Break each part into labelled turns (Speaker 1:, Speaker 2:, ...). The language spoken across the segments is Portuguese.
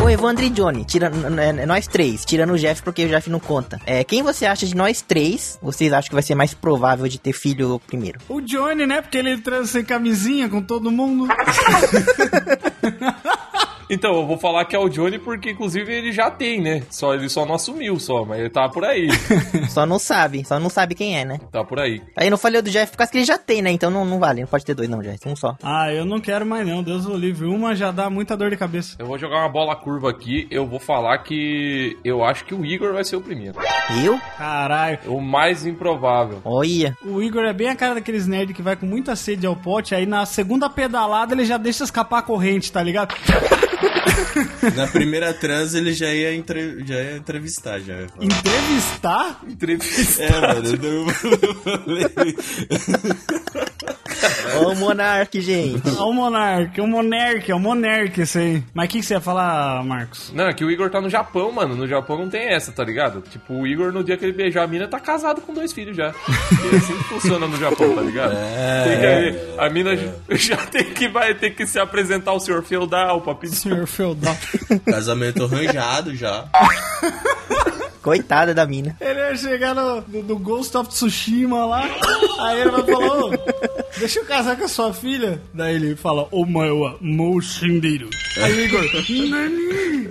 Speaker 1: eu, Evandro e Johnny, tirando, é, nós três, tirando o Jeff, porque o Jeff não conta. É, quem você acha de nós três, vocês acham que vai ser mais provável de ter filho primeiro?
Speaker 2: O Johnny, né? Porque ele transa sem camisinha com todo mundo.
Speaker 3: Então, eu vou falar que é o Johnny porque, inclusive, ele já tem, né? Só, ele só não assumiu, só, mas ele tá por aí.
Speaker 1: só não sabe, só não sabe quem é, né?
Speaker 3: Tá por aí.
Speaker 1: Aí não falei do Jeff por causa que ele já tem, né? Então não, não vale, não pode ter dois, não, Jeff, um só.
Speaker 2: Ah, eu não quero mais não, Deus o livre. Uma já dá muita dor de cabeça.
Speaker 3: Eu vou jogar uma bola curva aqui, eu vou falar que eu acho que o Igor vai ser o primeiro.
Speaker 1: Eu?
Speaker 2: Caralho.
Speaker 3: O mais improvável.
Speaker 1: Olha.
Speaker 2: O Igor é bem a cara daqueles nerd que vai com muita sede ao pote, aí na segunda pedalada ele já deixa escapar a corrente, tá ligado?
Speaker 4: Na primeira trans ele já ia, entre... já ia entrevistar, já ia falar.
Speaker 2: Entrevistar?
Speaker 3: Entrevista.
Speaker 4: É, mano, eu um falei.
Speaker 1: Ó o Monark, gente.
Speaker 2: Ó Ah, o Monark, o Monark, é o Monark esse aí. Mas o que, que você ia falar, Marcos?
Speaker 3: Não, é que o Igor tá no Japão, mano. No Japão não tem essa, tá ligado? Tipo, o Igor, no dia que ele beijar a mina, tá casado com dois filhos já. É assim que funciona no Japão, tá ligado?
Speaker 4: É.
Speaker 3: Tem que- a mina já tem que, vai ter que se apresentar ao senhor feudal pra pedir
Speaker 2: Senhor feudal.
Speaker 4: Casamento arranjado já.
Speaker 1: Coitada da mina.
Speaker 2: Ele ia chegar no, no- no Ghost of Tsushima lá, aí ele vai falar, ô, deixa eu casar com a sua filha. Daí ele fala, ô Maiwa, Mouchindeiro. Aí Igor, "Nani?"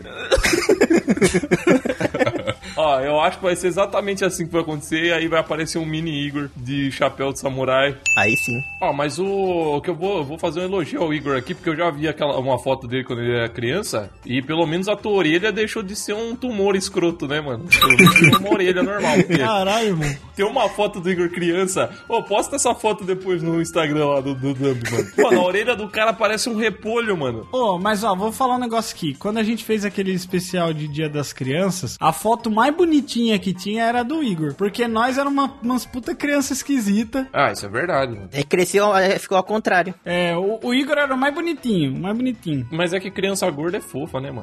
Speaker 3: Ó, eu acho que vai ser exatamente assim que vai acontecer. e Aí vai aparecer um mini Igor de chapéu de samurai.
Speaker 1: Aí sim.
Speaker 3: Ó, mas o, o que eu vou, eu vou fazer um elogio ao Igor aqui, porque eu já vi aquela, uma foto dele quando ele era criança. E pelo menos a tua orelha deixou de ser um tumor escroto, né, mano? Pelo menos tem uma orelha normal. porque
Speaker 2: caralho, irmão.
Speaker 3: Tem uma foto do Igor criança. Ô, posta essa foto depois no Instagram lá do, do Dumb, mano. Mano, a orelha do cara parece um repolho, mano.
Speaker 2: Ô, mas ó, vou falar um negócio aqui. Quando a gente fez aquele especial de Dia das Crianças, a foto mais bonitinha que tinha era a do Igor. Porque nós era uma, umas puta criança esquisita.
Speaker 3: Ah, isso é verdade, mano.
Speaker 1: É, cresceu, é, ficou ao contrário.
Speaker 2: É, o, o Igor era o mais bonitinho, o mais bonitinho.
Speaker 3: Mas é que criança gorda é fofa, né, mano?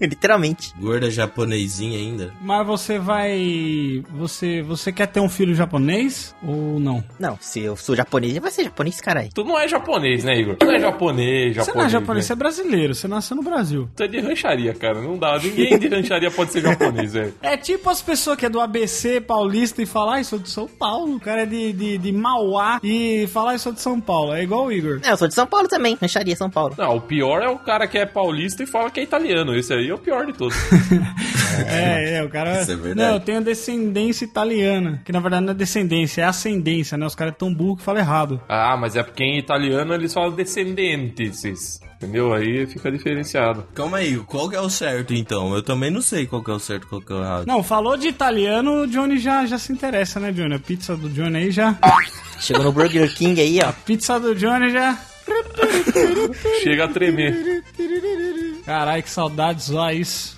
Speaker 1: Literalmente.
Speaker 4: Gorda japonesinha ainda.
Speaker 2: Mas você vai. Você você quer ter um filho japonês ou não?
Speaker 1: Não, se eu sou japonês, vai ser japonês, caralho.
Speaker 3: Tu não é japonês, né, Igor? Tu não é japonês, japonês.
Speaker 2: você não é japonês,
Speaker 3: né?
Speaker 2: você é brasileiro, você nasceu no Brasil.
Speaker 3: Tu é de rancharia, cara. Não dá. Ninguém de rancharia pode ser japonês, velho.
Speaker 2: É tipo as pessoas que é do ABC paulista e falar, ah, sou de São Paulo. O cara é de, de, de Mauá e falar, ah, sou de São Paulo. É igual o Igor.
Speaker 1: Não, eu sou de São Paulo também, rancharia São Paulo.
Speaker 3: Não, o pior é o cara que é paulista e fala que é italiano. Esse aí é o pior de todos.
Speaker 2: É, é, o cara.
Speaker 4: Isso é verdade.
Speaker 2: não, eu tenho descendência italiana. Que na verdade não é descendência, é ascendência, né? Os caras tão burro que falam errado.
Speaker 3: ah, mas é porque em italiano eles falam descendentes. Entendeu? Aí fica diferenciado.
Speaker 4: Calma aí, qual que é o certo então? Eu também não sei qual que é o certo e qual que é o errado.
Speaker 2: Não, falou de italiano, o Johnny já, já se interessa, né, Johnny? A pizza do Johnny aí já.
Speaker 1: Chegou no Burger King aí, ó.
Speaker 2: Pizza do Johnny já.
Speaker 3: Chega a tremer.
Speaker 2: Caralho, que saudade de zoar isso.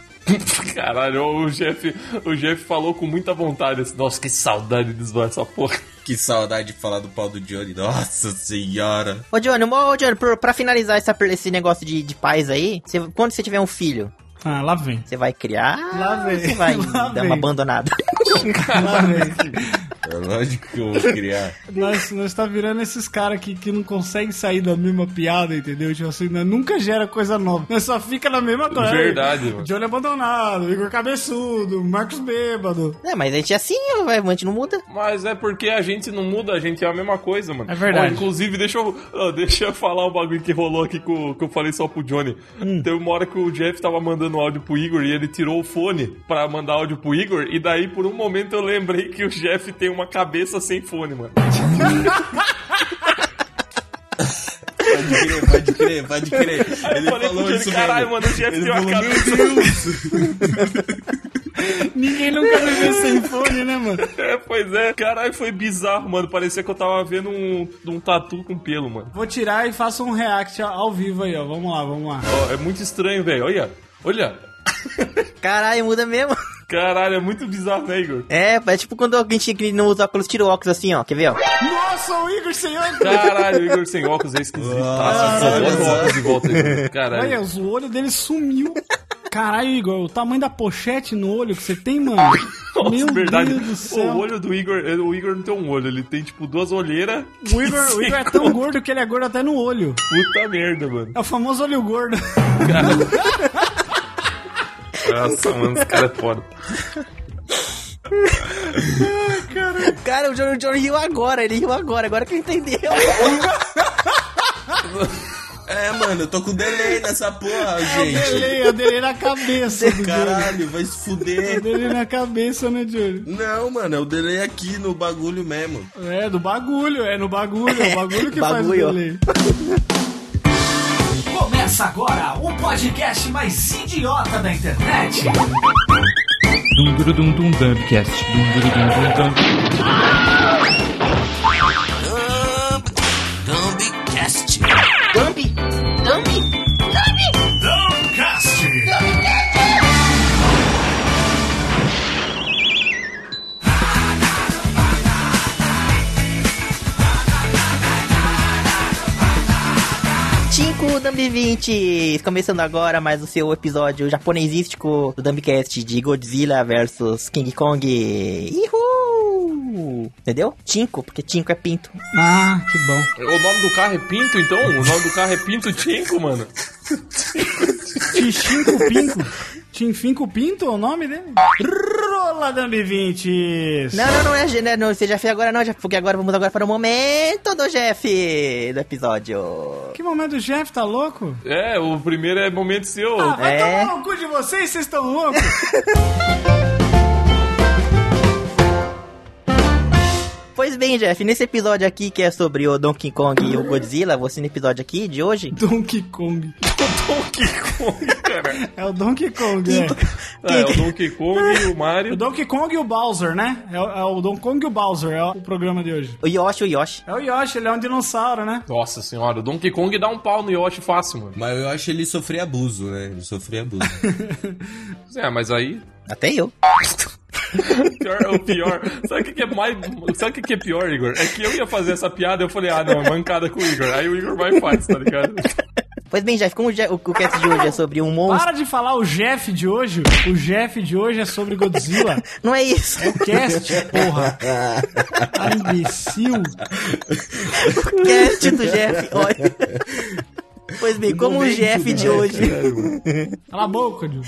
Speaker 3: Caralho, o Jeff, o Jeff falou com muita vontade. assim, Nossa, que saudade de zoar essa porra.
Speaker 4: Que saudade de falar do pau do Johnny. Nossa senhora.
Speaker 1: Ô, Johnny, ô, Johnny, pra, pra finalizar essa, per- esse negócio de, de pais aí, você- quando você tiver um filho,
Speaker 2: Ah, lá vem.
Speaker 1: você vai criar?
Speaker 2: Lá vem,
Speaker 1: ou Você vai
Speaker 2: lá
Speaker 1: dar
Speaker 2: vem.
Speaker 1: uma abandonada.
Speaker 2: Lá vem.
Speaker 4: É lógico que eu vou criar.
Speaker 2: Nós, nós tá virando esses caras que, que não conseguem sair da mesma piada, entendeu? Tipo assim, nós nunca gera coisa nova. Nós só fica na mesma coisa.
Speaker 3: Verdade, mano.
Speaker 2: mano. Johnny abandonado, Igor cabeçudo, Marcos bêbado.
Speaker 1: é, mas a gente é assim, ó, vai, a gente não muda.
Speaker 3: Mas é porque a gente não muda, a gente é a mesma coisa, mano.
Speaker 2: É verdade.
Speaker 3: Ó, inclusive, deixa eu, ó, deixa eu falar um bagulho que rolou aqui com, que eu falei só pro Johnny.
Speaker 2: Hum.
Speaker 3: Teve uma hora que o Jeff tava mandando áudio pro Igor e ele tirou o fone pra mandar áudio pro Igor. E daí, por um momento, eu lembrei que o Jeff tem uma cabeça sem fone, mano.
Speaker 4: Pode crer, pode crer, pode crer.
Speaker 3: Aí eu falei pro Johnny, caralho, mano, o Jeff tem uma
Speaker 4: falou,
Speaker 3: cabeça.
Speaker 4: Meu Deus.
Speaker 2: Ninguém nunca viveu sem fone, né, mano?
Speaker 3: É, pois é. Caralho, foi bizarro, mano. Parecia que eu tava vendo um, um tatu com pelo, mano.
Speaker 2: Vou tirar e faço um react ao vivo aí, ó. Vamos lá, vamos lá.
Speaker 3: Ó, é muito estranho, velho. Olha, olha.
Speaker 1: Caralho, muda mesmo.
Speaker 3: Caralho, é muito bizarro, né, Igor?
Speaker 1: É, é tipo quando alguém tinha que não usa óculos, tira o óculos assim, ó. Quer ver, ó?
Speaker 2: Nossa, o Igor sem óculos.
Speaker 3: Caralho, o Igor sem óculos é esquisito. Nossa, bota
Speaker 4: Nossa,
Speaker 3: o
Speaker 4: cara.
Speaker 3: óculos de volta aí.
Speaker 2: Olha,
Speaker 3: Caralho.
Speaker 2: os olhos dele sumiu. Caralho, Igor, o tamanho da pochete no olho que você tem, mano.
Speaker 3: Nossa,
Speaker 2: Meu
Speaker 3: verdade.
Speaker 2: Deus do céu.
Speaker 3: O olho do Igor, o Igor não tem um olho, ele tem tipo duas olheiras.
Speaker 2: O Igor, o Igor é tão gordo que ele é gordo até no olho.
Speaker 3: Puta merda, mano.
Speaker 2: É o famoso olho gordo.
Speaker 3: desgraça, mano. Esse cara é foda.
Speaker 1: Cara, o John, o John riu agora, ele riu agora, agora que ele entendeu.
Speaker 4: É, mano, eu tô com delay nessa porra, gente.
Speaker 2: Delei, eu delei na cabeça do Johnny.
Speaker 4: Caralho, vai se
Speaker 2: Eu
Speaker 4: fuder.
Speaker 2: delei na cabeça, né, Johnny?
Speaker 4: Não, mano, eu delay aqui no bagulho mesmo.
Speaker 2: É, do bagulho, é no bagulho, é o bagulho que faz o
Speaker 1: Bagulho.
Speaker 2: delay.
Speaker 5: Começa agora o podcast mais idiota da internet.
Speaker 6: Dum-dum-dum-dum Dumpcast. Dum-dum-dum-dum Dump.
Speaker 1: Cinco Dumb 20! Começando agora mais o seu episódio japonesístico do Dumbcast de Godzilla versus King Kong. Ihu! Entendeu? Cinco, porque cinco é pinto.
Speaker 2: Ah, que bom.
Speaker 3: O nome do carro é Pinto, então? O nome do carro é Pinto Tinco, mano.
Speaker 2: Tichinco Pinco. Tinfinco Pinto é o nome dele? Rola Dambi 20!
Speaker 1: Não, não, não é, Jeff, né? não, você já fez agora não, Jeff, porque agora vamos agora para o momento do Jeff do episódio.
Speaker 2: Que momento o Jeff tá louco?
Speaker 3: É, o primeiro é momento seu.
Speaker 2: Ah, vai
Speaker 1: É.
Speaker 2: tomar no cu de vocês, vocês estão loucos?
Speaker 1: Pois bem, Jeff, nesse episódio aqui que é sobre o Donkey Kong e o Godzilla, você no episódio aqui de hoje,
Speaker 2: Donkey Kong.
Speaker 3: Donkey Kong, cara.
Speaker 2: É o Donkey Kong,
Speaker 1: Então-
Speaker 2: é.
Speaker 3: É, o Donkey Kong, o Mario.
Speaker 2: O Donkey Kong e o Bowser, né? É, o- é o Donkey Kong e o Bowser, é o programa de hoje.
Speaker 1: o Yoshi, o Yoshi.
Speaker 2: É o Yoshi, ele é um dinossauro, né?
Speaker 3: Nossa senhora, o Donkey Kong dá um pau no Yoshi fácil, mano.
Speaker 4: Mas eu acho que ele sofria abuso, né? Ele sofria abuso.
Speaker 3: É, mas aí.
Speaker 1: Até eu.
Speaker 3: Pior é o pior. Sabe o que, que é mais. Sabe o que, que é pior, Igor? É que eu ia fazer essa piada eu falei, ah, não, é mancada com o Igor. Aí o Igor vai e faz, tá ligado?
Speaker 1: Pois bem, Jeff, como o, Je- o o cast de hoje é sobre um monstro...
Speaker 2: Para de falar o Jeff de hoje. O Jeff de hoje é sobre Godzilla.
Speaker 1: Não é isso.
Speaker 2: É o cast, porra. Tá imbecil.
Speaker 1: cast do Jeff, olha. Pois bem, como o Jeff
Speaker 4: né?
Speaker 1: de hoje.
Speaker 2: Cala a boca, Dil.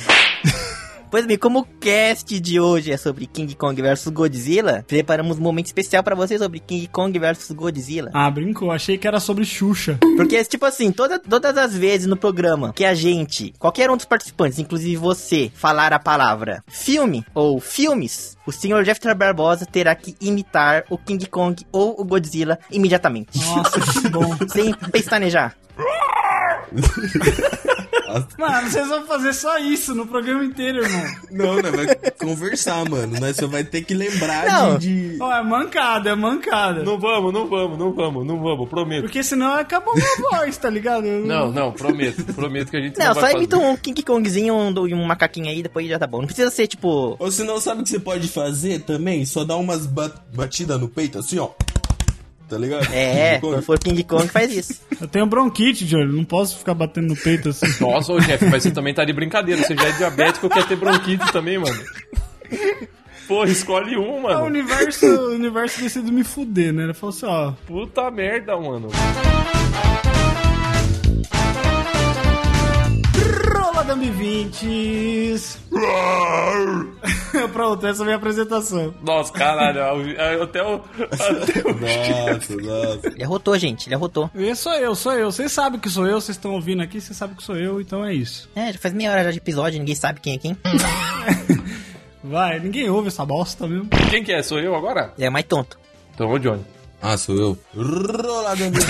Speaker 1: Pois bem, como o cast de hoje é sobre King Kong versus Godzilla, preparamos um momento especial pra vocês sobre King Kong versus Godzilla.
Speaker 2: Ah, brincou. Achei que era sobre Xuxa.
Speaker 1: Porque, tipo assim, toda, todas as vezes no programa que a gente, qualquer um dos participantes, inclusive você, falar a palavra filme ou filmes, o senhor Jeff Barbosa terá que imitar o King Kong ou o Godzilla imediatamente.
Speaker 2: Nossa, que bom.
Speaker 1: Sem pestanejar.
Speaker 2: Mano, vocês vão fazer só isso no programa inteiro, irmão.
Speaker 4: Não, né? Vai conversar, mano. Nós só vai ter que lembrar
Speaker 1: Não.
Speaker 4: de, de-
Speaker 2: Ó, é mancada, é mancada.
Speaker 3: Não vamos, não vamos, não vamos, não vamos, prometo.
Speaker 2: Porque senão acabou minha voz, tá ligado? Eu-
Speaker 3: Não, não, prometo, prometo que a gente não,
Speaker 1: Não,
Speaker 3: vai
Speaker 1: só
Speaker 3: fazer.
Speaker 1: imita um King Kongzinho um do- e um, macaquinho aí, depois já tá bom. Não precisa ser, tipo...
Speaker 4: Ou senão, sabe o que você pode fazer também? Só dar umas ba- batidas no peito, assim, ó. Tá ligado?
Speaker 1: É,
Speaker 4: Ficou?
Speaker 1: quando for King Kong, faz isso.
Speaker 2: Eu tenho bronquite, Johnny. Não posso ficar batendo no peito assim.
Speaker 3: Nossa, ô Jeff, mas você também tá de brincadeira. Você já é diabético, quer ter bronquite também, mano. Porra, escolhe um,
Speaker 2: O
Speaker 3: mano.
Speaker 2: universo, o universo decidiu me fuder, né? Ele falou assim, ó...
Speaker 3: Puta merda, mano.
Speaker 2: Rola Dambi 20s. Pronto, essa é a minha apresentação.
Speaker 3: Nossa, caralho. a- a- Até o. Até o...
Speaker 4: Nossa, nossa.
Speaker 1: Ele arrotou, gente, ele é arrotou.
Speaker 2: E sou eu, sou eu. Vocês sabem que sou eu, vocês estão ouvindo aqui, vocês sabem que sou eu, então é isso.
Speaker 1: É, já faz meia hora já de episódio, ninguém sabe quem é quem.
Speaker 2: Vai, ninguém ouve essa bosta mesmo.
Speaker 3: Quem que é? Sou eu agora?
Speaker 1: Ele é mais tonto.
Speaker 3: Então, ô Johnny.
Speaker 4: Ah, sou eu. Rola dentro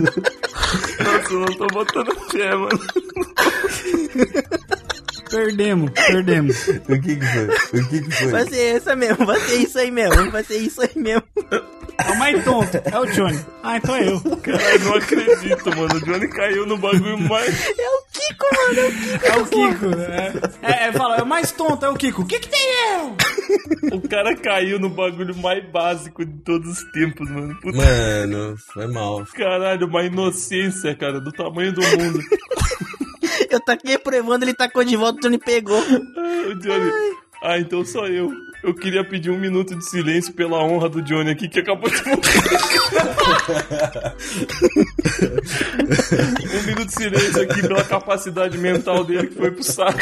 Speaker 3: Nossa, eu não tô botando fé, mano.
Speaker 2: Perdemos, perdemos.
Speaker 4: O que que foi? O que que foi?
Speaker 1: Vai ser essa mesmo, vai ser isso aí mesmo, vai ser isso aí mesmo.
Speaker 2: É o mais tonto, é o Johnny. Ah, então é eu.
Speaker 3: Caralho, não acredito, mano. O Johnny caiu no bagulho mais.
Speaker 1: É o Kiko, mano, é o Kiko.
Speaker 2: É o Kiko. É, é, é, fala, é o mais tonto, é o Kiko. O que que tem eu?
Speaker 3: O cara caiu no bagulho mais básico de todos os tempos, mano. Puta
Speaker 4: Mano, foi mal.
Speaker 3: caralho, uma inocência, cara, do tamanho do mundo.
Speaker 1: Eu taquei pro Evandro, ele tacou de volta, o Tony pegou.
Speaker 3: O Johnny. Ah, então sou eu. Eu queria pedir um minuto de silêncio pela honra do Johnny aqui, que acabou de morrer. um minuto de silêncio aqui pela capacidade mental dele que foi pro saco.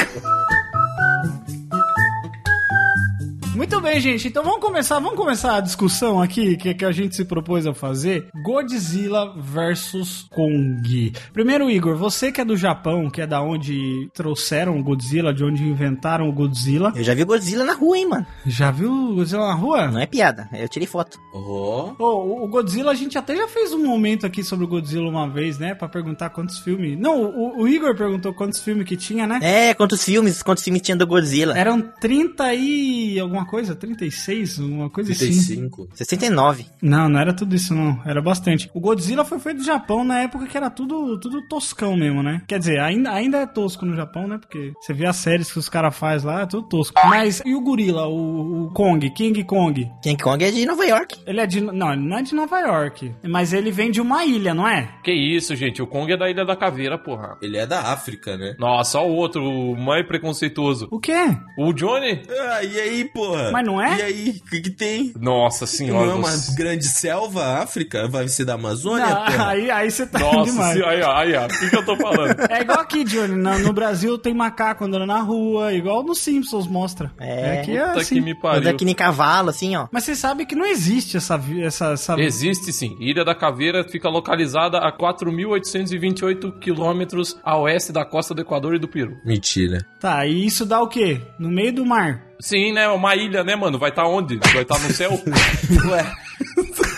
Speaker 2: Muito bem, gente. Então vamos começar, vamos começar a discussão aqui que, que a gente se propôs a fazer. Godzilla versus Kong. Primeiro, Igor, você que é do Japão, que é da onde trouxeram o Godzilla, de onde inventaram o Godzilla,
Speaker 1: Eu já vi Godzilla na rua, hein, mano.
Speaker 2: já viu o Godzilla na rua?
Speaker 1: Não é piada. Eu tirei foto.
Speaker 4: Oh,
Speaker 2: Ô, o- o Godzilla, a gente até já fez um momento aqui sobre o Godzilla uma vez, né? Pra perguntar quantos filmes. Não, o, o Igor perguntou quantos filmes que tinha, né?
Speaker 1: É, quantos filmes, quantos filmes tinha do Godzilla?
Speaker 2: Eram 30 e alguma coisa, 36, alguma coisa assim.
Speaker 4: 35.
Speaker 1: 69.
Speaker 2: Não, não era tudo isso não, era bastante. O Godzilla foi feito do Japão na época que era tudo, tudo toscão mesmo, né? Quer dizer, ainda, ainda é tosco no Japão, né? Porque você vê as séries que os caras fazem lá, é tudo tosco. Mas e o gorila, o, o Kong, King Kong?
Speaker 1: King Kong é de Nova York.
Speaker 2: Ele é de. Não, ele não é de Nova York. Mas ele vem de uma ilha, não é?
Speaker 3: Que isso, gente? O Kong é da Ilha da Caveira, porra.
Speaker 4: Ele é da África, né?
Speaker 3: Nossa, olha o outro, o mais preconceituoso.
Speaker 2: O quê?
Speaker 3: O Johnny?
Speaker 4: Ah, e aí, porra?
Speaker 2: Mas não é?
Speaker 4: E aí, o que, que tem?
Speaker 3: Nossa
Speaker 4: Não é
Speaker 3: senhora.
Speaker 4: uma
Speaker 3: você-
Speaker 4: grande selva a África? Vai ser da Amazônia,
Speaker 2: Não,
Speaker 4: porra?
Speaker 2: aí, aí você tá
Speaker 3: Nossa
Speaker 2: demais.
Speaker 3: senhora. Aí, ó, aí, ó. O que, que eu tô falando?
Speaker 2: É igual aqui, Johnny. No, no Brasil tem macaco andando na rua, igual nos Simpsons mostra.
Speaker 1: É,
Speaker 2: aqui é
Speaker 3: Puta
Speaker 2: assim.
Speaker 3: que me
Speaker 1: Quando
Speaker 3: pariu.
Speaker 1: aqui em cavalo, assim, ó.
Speaker 2: Mas você sabe que não existe essa. vi- essa, essa...
Speaker 3: Existe sim. Ilha da Caveira fica localizada a 4.828 quilômetros a oeste da costa do Equador e do Peru.
Speaker 4: Mentira.
Speaker 2: Tá, e isso dá o quê? No meio do mar.
Speaker 3: Sim, né? Uma ilha, né, mano? Vai estar onde? Vai estar no céu?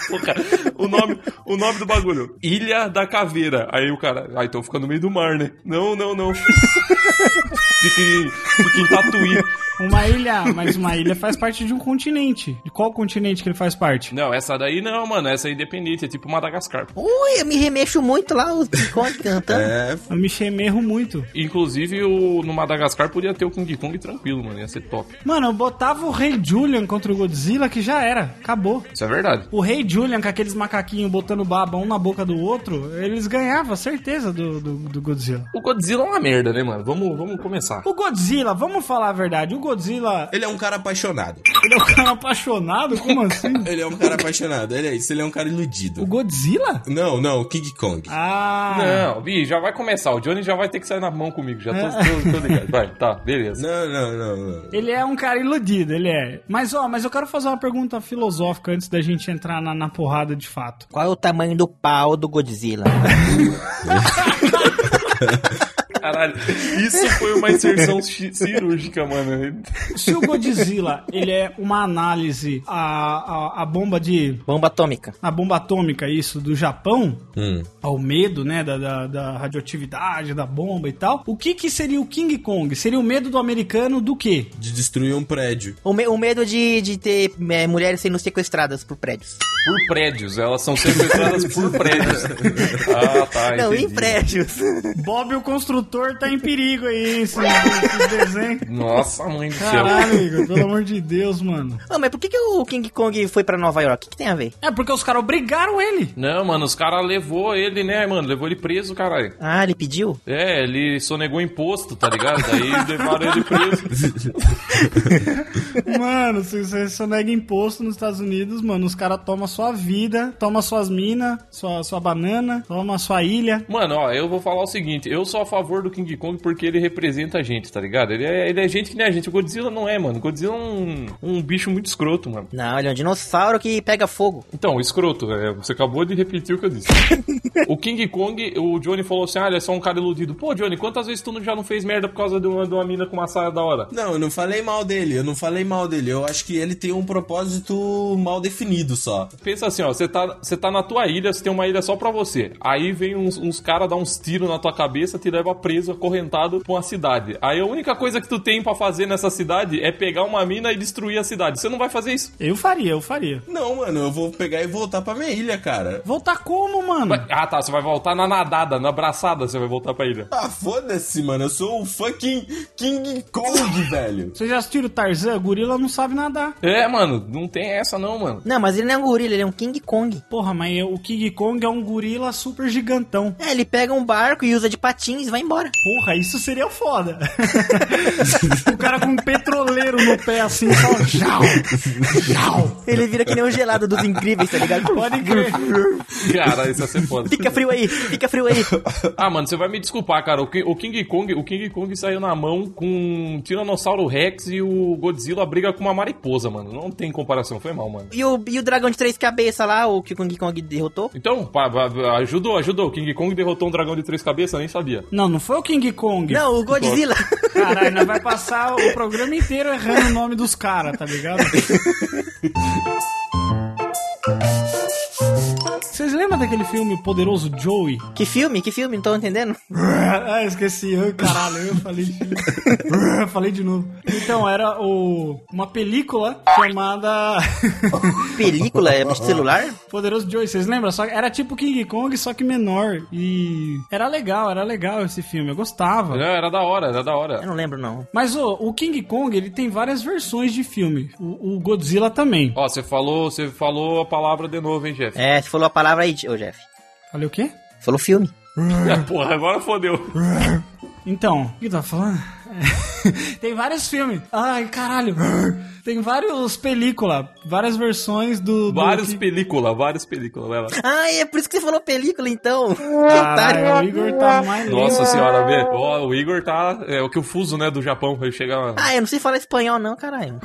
Speaker 3: Porra, o nome, o nome do bagulho. Ilha da Caveira. Aí o cara, ah, então fica no meio do mar, né? Não, não, não. fica, em, fica em Tatuí.
Speaker 2: Uma ilha, mas uma ilha faz parte de um continente. De qual continente que ele faz parte?
Speaker 3: Não, essa daí não, mano. Essa é independente, é tipo Madagascar.
Speaker 1: Ui, eu me remexo muito lá, o King Kong cantando.
Speaker 4: É,
Speaker 2: Eu me chemerro muito.
Speaker 3: Inclusive, o, no Madagascar podia ter o King Kong tranquilo, mano. Ia ser top.
Speaker 2: Mano, eu botava o Rei Julian contra o Godzilla que já era. Acabou.
Speaker 3: Isso é verdade.
Speaker 2: O Rei Julian com aqueles macaquinhos botando baba um na boca do outro, eles ganhavam, certeza, do, do, do Godzilla.
Speaker 3: O Godzilla é uma merda, né, mano? Vamos, vamos começar.
Speaker 2: O Godzilla, vamos falar a verdade, o Godzilla,
Speaker 4: ele é um cara apaixonado.
Speaker 2: ele é um cara apaixonado? Como assim?
Speaker 4: Ele é um cara apaixonado. Ele é isso, ele é um cara
Speaker 2: O
Speaker 4: iludido.
Speaker 2: Godzilla?
Speaker 4: Não, não, o King Kong.
Speaker 2: Ah,
Speaker 3: Não, Vi, já vai começar. O Johnny já vai ter que sair na mão comigo. Já tô, tô- tô ligado. Vai, tá, beleza.
Speaker 4: Não, não, não, não.
Speaker 2: ele é um cara iludido, ele é. Mas ó, mas eu quero fazer uma pergunta filosófica antes da gente entrar na, na porrada de fato.
Speaker 1: Qual é o tamanho do pau do Godzilla?
Speaker 3: Caralho, isso foi uma inserção chi- cirúrgica, mano.
Speaker 2: Se o Godzilla, ele é uma análise à, à, à bomba de...
Speaker 1: Bomba atômica.
Speaker 2: A bomba atômica, isso, do Japão,
Speaker 4: Hum.
Speaker 2: ao medo, né, da, da, da radioatividade, da bomba e tal. O que que seria o King Kong? Seria o medo do americano do quê?
Speaker 4: De destruir um prédio.
Speaker 1: O, me- o medo de, de ter é, mulheres sendo sequestradas por prédios.
Speaker 3: Por prédios, elas são sequestradas por prédios. Ah, tá.
Speaker 1: Não,
Speaker 3: entendi.
Speaker 1: em prédios.
Speaker 2: Bob o construtor tá em perigo aí, esse, esse desenho.
Speaker 3: Nossa, mãe do céu.
Speaker 2: Caralho, Igor, pelo amor de Deus, mano.
Speaker 1: Ô, mas por que, que o King Kong foi pra Nova York? O que, que tem a ver?
Speaker 2: É porque os caras obrigaram ele.
Speaker 3: Não, mano, os caras levou ele, né, mano? Levou ele preso, caralho.
Speaker 1: Ah, ele pediu?
Speaker 3: É, ele sonegou imposto, tá ligado? Daí levaram ele preso.
Speaker 2: Mano, se você só nega imposto nos Estados Unidos, mano, os caras tomam sua vida, tomam suas minas, sua, sua banana, tomam sua ilha.
Speaker 3: Mano, ó, eu vou falar o seguinte: eu sou a favor do King Kong porque ele representa a gente, tá ligado? Ele é, ele é gente que nem a gente. O Godzilla não é, mano. O Godzilla é um, um bicho muito escroto, mano.
Speaker 1: Não, ele é um dinossauro que pega fogo.
Speaker 3: Então, escroto, é, você acabou de repetir o que eu disse. o King Kong, o Johnny falou assim: ah, ele é só um cara iludido. Pô, Johnny, quantas vezes tu não- já não fez merda por causa de uma, de uma mina com uma saia da hora?
Speaker 4: Não, eu não falei mal dele, eu não falei mal dele. Eu acho que ele tem um propósito mal definido só.
Speaker 3: Pensa assim, ó, você tá, você tá na tua ilha, você tem uma ilha só pra você. Aí vem uns, uns caras dar uns tiros na tua cabeça, te leva preso, acorrentado pra uma cidade. Aí a única coisa que tu tem pra fazer nessa cidade é pegar uma mina e destruir a cidade. Você não vai fazer isso.
Speaker 2: Eu faria, eu faria.
Speaker 4: Não, mano, eu vou pegar e voltar pra minha ilha, cara.
Speaker 2: Voltar como, mano?
Speaker 3: Vai- Ah, tá, você vai voltar na nadada, na abraçada, você vai voltar pra ilha.
Speaker 4: Ah, foda-se, mano. Eu sou o fucking King Kong, velho.
Speaker 2: Você já assistiu o Tarzan? Gorila não sabe nadar.
Speaker 3: É, mano, não tem essa não, mano.
Speaker 1: Não, mas ele não é um gorila, ele é um King Kong.
Speaker 2: Porra, mas o King Kong é um gorila super gigantão.
Speaker 1: É, ele pega um barco e usa de patins e vai embora. embora.
Speaker 2: Porra, isso seria foda. o cara com um petroleiro no pé assim, só. Tchau! Tchau!
Speaker 1: Ele vira que nem um gelado dos incríveis, tá ligado?
Speaker 2: Pode crer.
Speaker 3: Cara, isso ia ser foda.
Speaker 1: Fica frio aí, fica frio aí.
Speaker 3: Ah, mano, você vai me desculpar, cara. O, Ki- o King Kong, o King Kong saiu na mão com o Tiranossauro Rex e o Godzilla briga com uma mariposa, mano. Não tem comparação, foi mal, mano.
Speaker 1: E o, e o dragão de três cabeças lá, o que o King Kong derrotou?
Speaker 3: Então, pa- pa- ajudou, ajudou. O King Kong derrotou um dragão de três cabeças, nem sabia.
Speaker 2: Não, não foi o King Kong.
Speaker 1: Não, o Godzilla.
Speaker 2: Caralho, nós vai passar o programa inteiro errando o nome dos caras, tá ligado? Vocês lembram daquele filme Poderoso Joey?
Speaker 1: que filme? Que filme? Não tô entendendo.
Speaker 2: Ah, esqueci. Ai, caralho, eu falei de novo. falei de novo. Então, era o... uma película chamada
Speaker 1: Película? É de celular?
Speaker 2: Poderoso Joey. Vocês lembram? Só... Era tipo King Kong, só que menor. E era legal, era legal esse filme. Eu gostava.
Speaker 3: Não, É, era da hora, era da
Speaker 1: Eu
Speaker 3: hora.
Speaker 1: não lembro, não.
Speaker 2: Mas ô, o King Kong, ele tem várias versões de filme. O, o Godzilla também.
Speaker 3: Ó, você falou, você falou a palavra de novo, hein, Jeff?
Speaker 1: É, você falou a palavra aí, ô Jeff.
Speaker 2: Falei o quê?
Speaker 1: Falou filme.
Speaker 3: Porra, agora fodeu.
Speaker 2: Então, o que eu tava falando? É, tem vários filmes. Ai, caralho. Tem vários películas, várias versões do. do
Speaker 3: Vários
Speaker 2: King-
Speaker 3: películas, vários películas, vai lá.
Speaker 1: Ah, é por isso que você falou película, então. Que
Speaker 2: Caralho, o
Speaker 1: otário.
Speaker 2: Igor tá mais
Speaker 3: Nossa
Speaker 2: lindo.
Speaker 3: senhora, velho. Ó, o Igor tá. É o que o fuso, né, do Japão. Ele chega.
Speaker 1: Ah, eu não sei falar espanhol, não, caralho.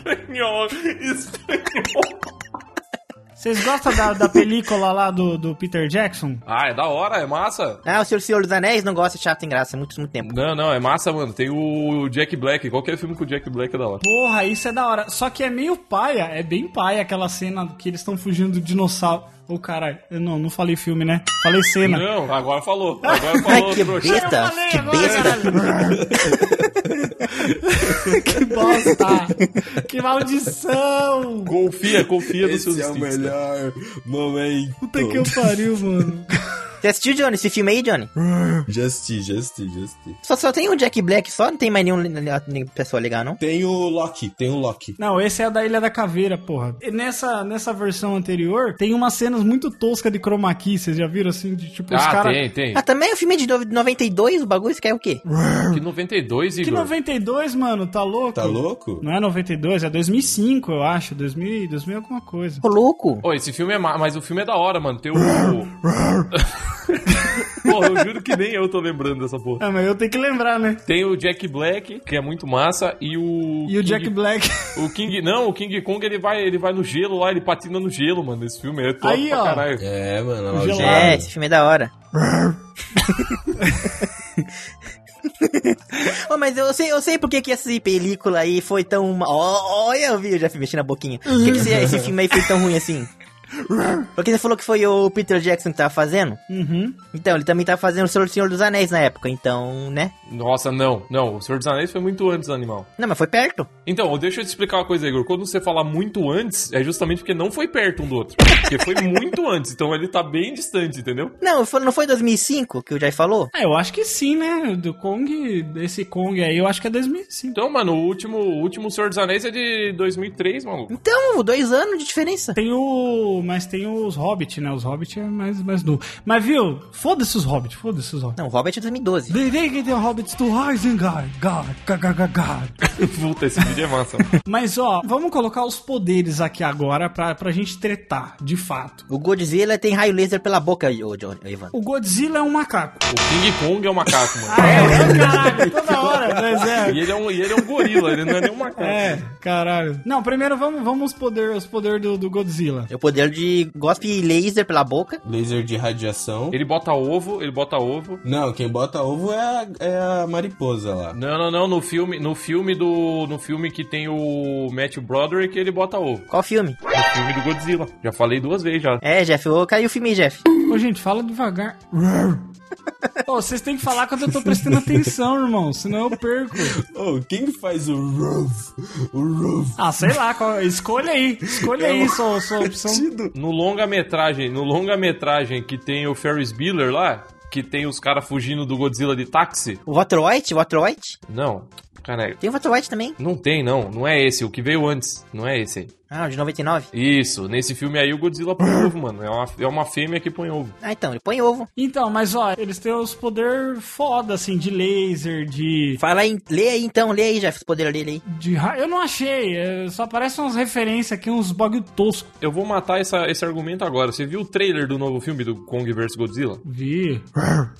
Speaker 3: Espanhol, espanhol.
Speaker 2: Vocês gostam da, da película lá do, do Peter Jackson?
Speaker 3: Ah, é da hora, é massa.
Speaker 1: Ah, o Senhor, Senhor dos Anéis não gosta de chato sem graça, há muito, muito tempo.
Speaker 3: Não, não, é massa, mano. Tem o Jack Black. Qualquer filme com o Jack Black é da hora.
Speaker 2: Porra, isso é da hora. Só que é meio paia, é bem paia aquela cena que eles estão fugindo do dinossauro. Ô, caralho, eu não, não falei filme, né? Falei cena.
Speaker 3: Não, agora falou. Agora
Speaker 1: Ai,
Speaker 3: falou,
Speaker 1: que
Speaker 3: trouxa.
Speaker 1: besta,
Speaker 2: falei
Speaker 1: que
Speaker 2: agora,
Speaker 1: besta.
Speaker 2: que bosta! Que maldição!
Speaker 3: Confia, confia nos seus
Speaker 4: Esse é o
Speaker 3: instintos. cara.
Speaker 4: melhor momento.
Speaker 2: Puta que eu pariu, mano.
Speaker 1: Você assistiu, Johnny, esse filme aí, Johnny?
Speaker 4: Já assisti, já assisti, já assisti.
Speaker 1: Só, só tem o Jack Black só, não tem mais nenhum, nenhum pessoa legal, não?
Speaker 4: Tem o Loki, tem o Loki.
Speaker 2: Não, esse é da Ilha da Caveira, porra. E nessa, nessa versão anterior, tem umas cenas muito toscas de chroma key, vocês já viram assim? De, tipo, os
Speaker 3: Ah,
Speaker 2: caras.
Speaker 3: tem, tem.
Speaker 1: Ah, também o filme é de no- 92, o bagulho, você quer o quê?
Speaker 3: Que 92,
Speaker 2: Que
Speaker 3: Igor.
Speaker 2: 92, mano, tá louco?
Speaker 4: Tá louco?
Speaker 2: Não é 92, é 2005, eu acho. 2000, 2000 alguma coisa.
Speaker 1: Ô, louco.
Speaker 3: Ô, esse filme é ma... Mas o filme é da hora, mano. Tem o. porra, eu juro que nem eu tô lembrando dessa porra.
Speaker 2: Ah, mas eu tenho que lembrar, né?
Speaker 3: Tem o Jack Black, que é muito massa, e o.
Speaker 2: E o
Speaker 3: King-
Speaker 2: Jack Black.
Speaker 3: O King. Não, o King Kong ele vai, ele vai no gelo lá, ele patina no gelo, mano. Esse filme é top
Speaker 2: Aí,
Speaker 3: pra
Speaker 2: ó.
Speaker 3: caralho.
Speaker 4: É, mano, lá o
Speaker 2: Gelado.
Speaker 1: É,
Speaker 4: Gelado.
Speaker 1: esse filme é da hora. Ô, mas eu sei, eu sei por que que essa película aí foi tão. ma- Ó, Olha, eu vi o Jeff mexendo a boquinha. Por que, que esse, esse filme aí foi tão ruim assim? Porque você falou que foi o Peter Jackson que tava fazendo?
Speaker 2: Uhum.
Speaker 1: Então, ele também tava fazendo o Senhor dos Anéis na época, então, né?
Speaker 3: Nossa, não, não. O Senhor dos Anéis foi muito antes do animal.
Speaker 1: Não, mas foi perto.
Speaker 3: Então, deixa eu te explicar uma coisa, Igor. Quando você fala muito antes, é justamente porque não foi perto um do outro. Porque foi muito antes, então ele tá bem distante, entendeu?
Speaker 1: Não, foi- não foi 2005 que o Jeff falou?
Speaker 2: Ah, eu acho que sim, né? Do Kong, desse Kong aí, eu acho que é 2005.
Speaker 3: Então, mano, o último, o último Senhor dos Anéis é de 2003, maluco.
Speaker 1: Então, dois anos de diferença.
Speaker 2: Tem o. Mas tem os Hobbit, né? Os Hobbit é mais, mais novo. Mas viu? Foda-se os Hobbit, foda-se os Hobbit.
Speaker 1: Não, o Robert é 2012.
Speaker 2: They take the hobbits to Isengard, God, God, God, God.
Speaker 3: Puta, esse vídeo é massa. mano.
Speaker 2: Mas ó, vamos colocar os poderes aqui agora pra, pra gente tretar, de fato.
Speaker 1: O Godzilla tem raio laser pela boca, ô, John, ô, Ivan.
Speaker 2: O Godzilla é um macaco.
Speaker 3: O King Kong é um macaco, mano.
Speaker 2: Ah, é? Caralho, toda hora, mas é.
Speaker 3: E ele é um, e ele é um gorila, ele não é nem um macaco.
Speaker 2: É, caralho. Não, primeiro vamos, vamos os poderes os poder do, do Godzilla.
Speaker 1: É o poder de gospe laser pela boca.
Speaker 4: Laser de radiação.
Speaker 3: Ele bota ovo, ele bota ovo.
Speaker 4: Não, quem bota ovo é a, é a mariposa lá.
Speaker 3: Não, não, não, no filme, no filme do, no filme que tem o Matthew Broderick, ele bota ovo.
Speaker 1: Qual filme?
Speaker 3: No filme do Godzilla. Já falei duas vezes já.
Speaker 1: É, Jeff, ô, caiu o filme aí, Jeff.
Speaker 2: Ô, gente, fala devagar. Ô, vocês têm que falar quando eu tô prestando atenção, irmão, senão eu perco.
Speaker 4: Oh, quem faz o roof? O roof.
Speaker 2: Ah, sei lá, qual- escolha aí. Escolha aí sua, sua opção.
Speaker 3: No longa-metragem, no longa-metragem que tem o Ferris Bueller lá, que tem os caras fugindo do Godzilla de táxi.
Speaker 1: O Watroite? O Watroite?
Speaker 3: Não, caralho.
Speaker 1: Tem o Watroite também.
Speaker 3: Não tem, não. Não é esse. O que veio antes. Não é esse aí.
Speaker 1: Ah, o de 99?
Speaker 3: Isso, nesse filme aí o Godzilla põe ovo, mano. É uma, é uma fêmea que põe ovo.
Speaker 1: Ah, então, ele põe ovo.
Speaker 2: Então, mas ó, eles têm os poder foda, assim, de laser, de.
Speaker 1: Fala aí, lê aí então, lê aí, Jeff, o poder dele aí.
Speaker 2: de ra- Eu não achei, é, só aparecem umas referências aqui, uns bagulho tosco.
Speaker 3: Eu vou matar essa- esse argumento agora. Você viu o trailer do novo filme do Kong vs Godzilla?
Speaker 2: Vi.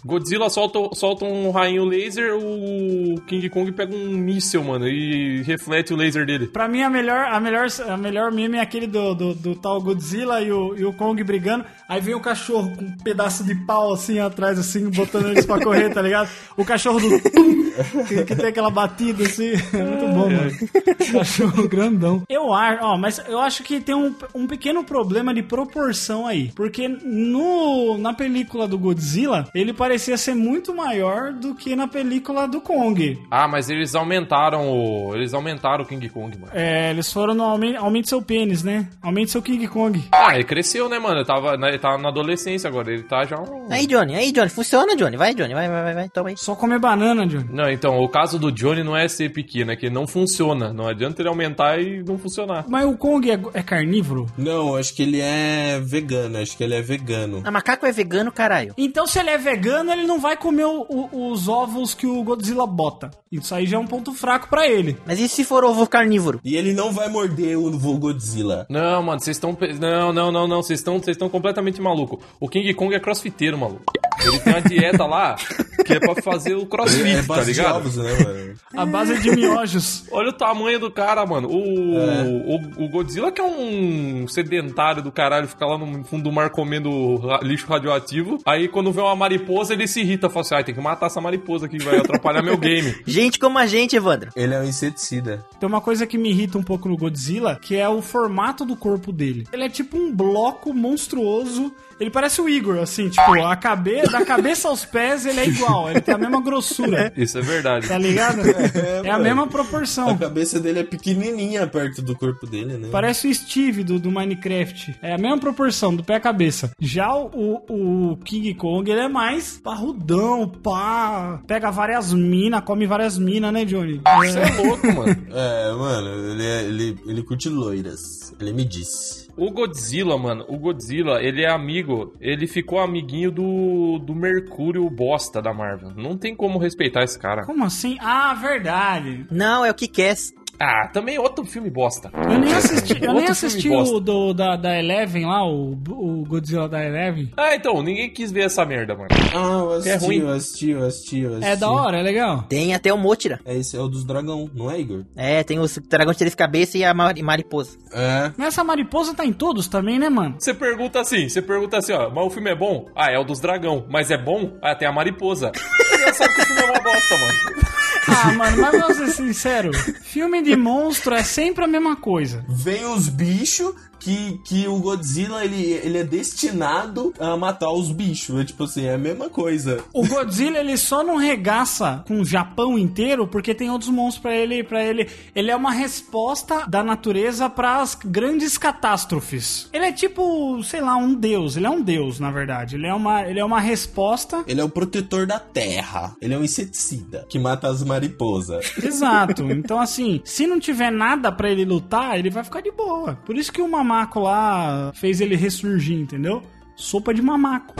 Speaker 3: Godzilla solta, solta um rainho laser, o King Kong pega um míssil, mano, e reflete o laser dele.
Speaker 2: Pra mim, a melhor, a melhor, a melhor meme é aquele do, do, do tal Godzilla e o, e o Kong brigando. Aí vem o cachorro com um pedaço de pau assim atrás, assim, botando eles pra correr, tá ligado? O cachorro do. tum, que, que tem aquela batida assim. É muito bom, mano. É. Cachorro grandão. Eu acho, ó, mas eu acho que tem um, um pequeno problema de proporção aí. Porque no, na película do Godzilla, ele parecia ser muito maior do que na película do Kong.
Speaker 3: Ah, mas eles aumentaram o. Eles aumentaram o King Kong, mano.
Speaker 2: É, eles foram no aumente, aumente seu pênis, né? Aumente seu King Kong.
Speaker 3: Ah, ele cresceu, né, mano? Ele tava na, ele tava na adolescência agora, ele tá já um.
Speaker 1: Aí, Johnny, aí, Johnny, funciona, Johnny. Vai, Johnny, vai, vai, vai, vai. toma aí.
Speaker 2: Só comer banana, Johnny.
Speaker 3: Não, então, o caso do Johnny não é ser pequeno, é que não funciona. Não adianta ele aumentar e não funcionar.
Speaker 2: Mas o Kong é, é carnívoro?
Speaker 4: Não, acho que ele é vegano, acho que ele é vegano.
Speaker 1: Ah, macaco é vegano, caralho.
Speaker 2: Então, se ele é vegano, ele não vai comer o- o- os ovos que o Godzilla bota. Isso aí já é um ponto fraco pra ele.
Speaker 1: Mas e se for ovo carnívoro?
Speaker 4: E ele não vai morder o Godzilla.
Speaker 3: Não, mano, vocês estão. pe- Não, não, não, não. Vocês estão vocês estão completamente maluco. O King Kong é crossfiteiro, maluco. Ele tem uma dieta lá que é pra fazer o crossfit,
Speaker 4: É
Speaker 3: tá
Speaker 4: base de
Speaker 3: ligado?
Speaker 4: ovos, né, mano?
Speaker 2: A base é de miojos.
Speaker 3: Olha o tamanho do cara, mano. O,
Speaker 4: É.
Speaker 3: o, o Godzilla, que é um sedentário do caralho, fica lá no fundo do mar comendo ra- lixo radioativo. Aí quando vê uma mariposa, ele se irrita. Fala assim: ai, tem que matar essa mariposa que vai atrapalhar meu game.
Speaker 1: Gente como a gente, Evandro.
Speaker 4: Ele é um inseticida.
Speaker 2: Tem uma coisa que me irrita um pouco no Godzilla, que é o formato do corpo dele. Ele é tipo um bloco monstruoso. Ele parece o Igor, assim, tipo, a cabe... da cabeça aos pés ele é igual. Ele tem a mesma grossura.
Speaker 3: Isso é verdade.
Speaker 2: Tá ligado? É, a
Speaker 4: mano.
Speaker 2: mesma
Speaker 4: A
Speaker 2: proporção.
Speaker 4: cabeça dele é pequenininha perto do corpo dele, né?
Speaker 2: Parece o Steve do, do Minecraft. É a mesma proporção, do pé à cabeça. Já o, o, o King Kong, ele é mais parrudão, pá. Pega várias minas, come várias minas, né, Johnny?
Speaker 3: Você é louco, mano.
Speaker 4: É, mano, ele, é- ele, ele curte loiras. Ele me disse.
Speaker 3: O Godzilla, mano, o Godzilla, ele é amigo, ele ficou amiguinho do, do Mercúrio bosta da Marvel. Não tem como respeitar esse cara.
Speaker 2: Como assim? Ah, verdade.
Speaker 1: Não, é o que quer.
Speaker 3: Ah, também outro filme bosta.
Speaker 2: Eu nem assisti, eu
Speaker 3: Outro
Speaker 2: nem
Speaker 3: filme
Speaker 2: assisti
Speaker 3: bosta.
Speaker 2: o do, da, da Eleven lá, o, o Godzilla da Eleven.
Speaker 3: Ah, então, ninguém quis ver essa merda, mano.
Speaker 4: Ah, eu assisti,
Speaker 3: É ruim.
Speaker 4: eu assisti, eu assisti, eu assisti.
Speaker 2: É da hora, é legal.
Speaker 1: Tem até o Motira.
Speaker 4: É esse, é o dos dragão, não é, Igor?
Speaker 1: É, tem os dragões de três cabeças e a mari- mariposa.
Speaker 4: É.
Speaker 2: Mas essa mariposa tá em todos também, né, mano?
Speaker 3: Você pergunta assim, você pergunta assim, ó, mas o filme é bom? Ah, é o dos dragão. Mas é bom? Ah, tem a mariposa. Você já sabe que o filme é uma bosta, mano.
Speaker 2: Ah, mano, mas vamos ser sincero. Filme de monstro é sempre a mesma coisa.
Speaker 4: Vem os bichos que, que o Godzilla, ele, ele é destinado a matar os bichos. É tipo assim, é a mesma coisa.
Speaker 2: O Godzilla ele só não regaça com o Japão inteiro porque tem outros monstros pra ele, para ele. Ele é uma resposta da natureza para as grandes catástrofes. Ele é tipo, sei lá, um deus, ele é um deus, na verdade. Ele é uma, ele é uma resposta.
Speaker 4: Ele é o protetor da terra. Ele é um inseticida que mata as mariposas.
Speaker 2: Exato. Então assim, se não tiver nada pra ele lutar, ele vai ficar de boa. Por isso que o mamaco lá fez ele ressurgir, entendeu? Sopa de mamaco.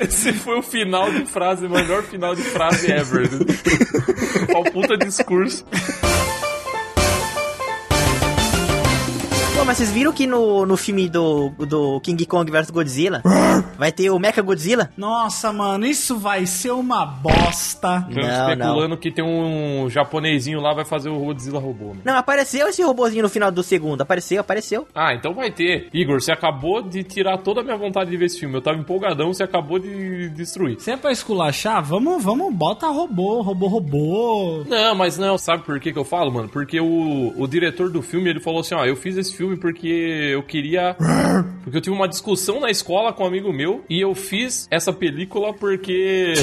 Speaker 3: Esse foi o final de frase, o melhor final de frase ever. Qual puta discurso.
Speaker 1: Pô, mas vocês viram que no, no filme do, do King Kong vs Godzilla vai ter o Mecha Godzilla?
Speaker 2: Nossa, mano, isso vai ser uma bosta.
Speaker 3: Estão
Speaker 1: Não,
Speaker 3: especulando que tem um japonesinho lá, vai fazer o Godzilla robô, né?
Speaker 1: Não, apareceu esse robozinho no final do segundo. Apareceu, apareceu.
Speaker 3: Ah, então vai ter. Igor, você acabou de tirar toda a minha vontade de ver esse filme. Eu tava empolgadão, você acabou de destruir.
Speaker 2: Se é pra esculachar, vamos, vamos, bota robô, robô, robô.
Speaker 3: Não, mas não, sabe por que que eu falo, mano? Porque o, o diretor do filme, ele falou assim, ó, eu fiz esse filme porque eu queria. Porque eu tive uma discussão na escola com um amigo meu e eu fiz essa película porque.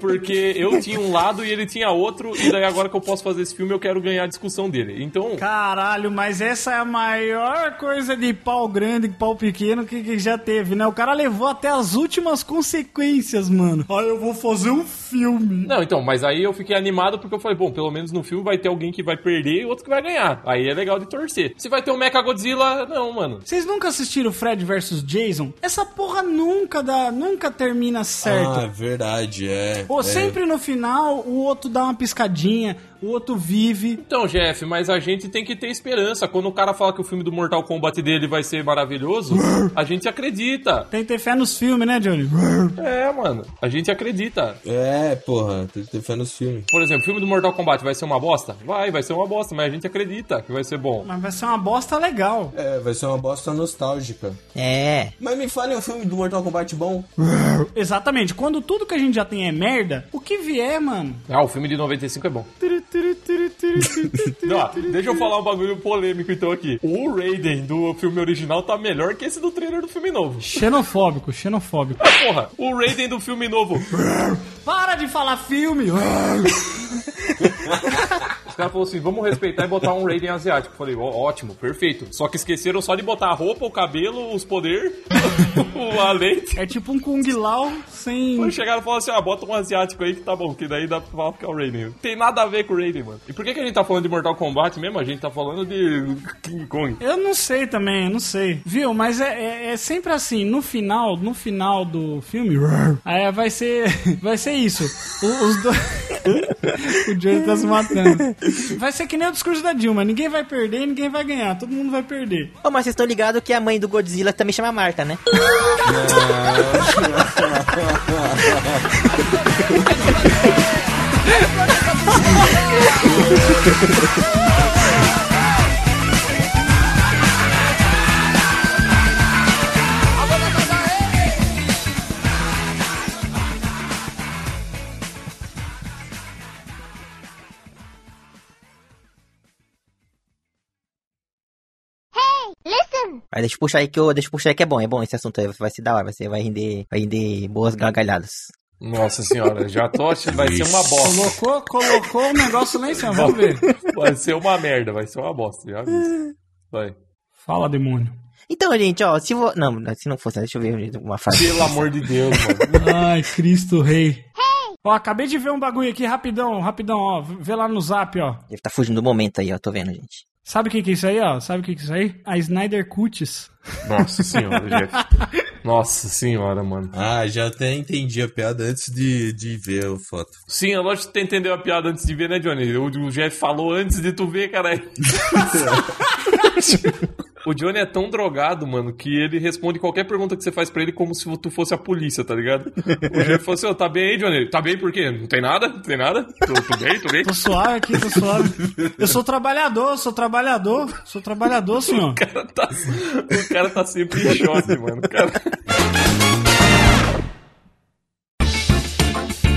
Speaker 3: porque eu tinha um lado e ele tinha outro, e daí agora que eu posso fazer esse filme eu quero ganhar a discussão dele. Então.
Speaker 2: Caralho, mas essa é a maior coisa de pau grande e pau pequeno que, que já teve, né? O cara levou até as últimas consequências, mano. Ah, eu vou fazer um filme.
Speaker 3: Não, então, mas aí eu fiquei animado porque eu falei, bom, pelo menos no filme vai ter alguém que vai perder e outro que vai ganhar. Aí é legal de torcer. Se vai ter o Mecha Godzilla, não, mano.
Speaker 2: Vocês nunca assistiram Fred vs Jason? Essa porra nunca dá, nunca termina certo.
Speaker 4: Ah, é verdade, é.
Speaker 2: Pô,
Speaker 4: é.
Speaker 2: sempre no final o outro dá uma piscadinha, o outro vive.
Speaker 3: Então, Jeff, mas a gente tem que ter esperança. Quando o cara fala que o filme do Mortal Kombat dele vai ser maravilhoso, a gente acredita.
Speaker 2: Tem que ter fé nos filmes, né, Johnny?
Speaker 3: É, mano, a gente acredita.
Speaker 4: É, porra, tem que ter fé nos filmes.
Speaker 3: Por exemplo, o filme do Mortal Kombat vai ser uma bosta? Vai, vai ser uma bosta, mas a gente acredita que vai ser bom.
Speaker 2: Mas vai ser uma bosta legal.
Speaker 4: É, vai ser uma bosta nostálgica.
Speaker 1: É.
Speaker 4: Mas me fale um filme do Mortal Kombat bom.
Speaker 2: Exatamente. Quando tudo que a gente já tem é merda, o que vier, mano?
Speaker 3: Ah, o filme de 95 é bom. Não, ó, deixa eu falar um bagulho polêmico então aqui. O Raiden do filme original tá melhor que esse do trailer do filme novo.
Speaker 2: Xenofóbico, xenofóbico.
Speaker 3: Porra, o Raiden do filme novo.
Speaker 2: Para de falar filme!
Speaker 3: Os caras falaram assim: vamos respeitar e botar um Raiden asiático. Eu Falei, ó, ótimo, perfeito. Só que esqueceram só de botar a roupa, o cabelo, os poderes, a lente.
Speaker 2: É tipo um Kung Lao sem.
Speaker 3: Quando chegaram e falaram assim: ah, bota um asiático aí que tá bom, que daí dá pra falar que é o Raiden. Tem nada a ver com o Raiden, mano. E por que, que a gente tá falando de Mortal Kombat mesmo? A gente tá falando de King Kong.
Speaker 2: Eu não sei também, eu não sei. Viu? Mas é, é- é sempre assim, no final, no final do filme, aí vai ser. Vai ser isso. O- Os dois. o Johnny tá se matando. Vai ser que nem o discurso da Dilma. Ninguém vai perder, ninguém vai ganhar. Todo mundo vai perder.
Speaker 1: Ô, mas vocês estão ligados que a mãe do Godzilla também chama Marta, né? Mas deixa eu puxar aí que eu, deixa eu puxar aí que é bom, é bom esse assunto aí, vai ser da hora, vai, ser, vai render, vai render boas gargalhadas.
Speaker 3: Nossa senhora, já tô achando. Vai ser uma bosta.
Speaker 2: Colocou, colocou o negócio lá em cima. Vamos ver.
Speaker 3: Vai ser uma merda, vai ser uma bosta, já vi. Vai.
Speaker 2: Fala, demônio.
Speaker 1: Então, gente, ó, se vo... não, se não fosse, deixa eu ver uma frase.
Speaker 3: Pelo amor de Deus, mano.
Speaker 2: Ai, Cristo Rei. Ó, acabei de ver um bagulho aqui rapidão, rapidão, ó. Vê lá no zap, ó.
Speaker 1: Ele tá fugindo do momento aí, ó, tô vendo, gente.
Speaker 2: Sabe o que que é isso aí, ó? Sabe o que que é isso aí? A Snyder Cutis.
Speaker 3: Nossa senhora, Jeff. Nossa senhora, mano.
Speaker 4: Ah, já até entendi a piada antes de, de ver a foto.
Speaker 3: Sim, é lógico que tu entendeu a piada antes de ver, né, Johnny? O, o Jeff falou antes de tu ver, caralho. o Johnny é tão drogado, mano, que ele responde qualquer pergunta que você faz pra ele como se tu fosse a polícia, tá ligado? O Jeff falou assim, ó, tá bem aí, Johnny? Ele, Tá bem por quê? Não tem nada? Não tem nada? Tô, tô bem, tô bem.
Speaker 2: Tô suave aqui, tô suave. Eu sou trabalhador, sou trabalhador, sou trabalhador, senhor.
Speaker 3: O cara tá, o cara tá sempre em choque, mano. O cara...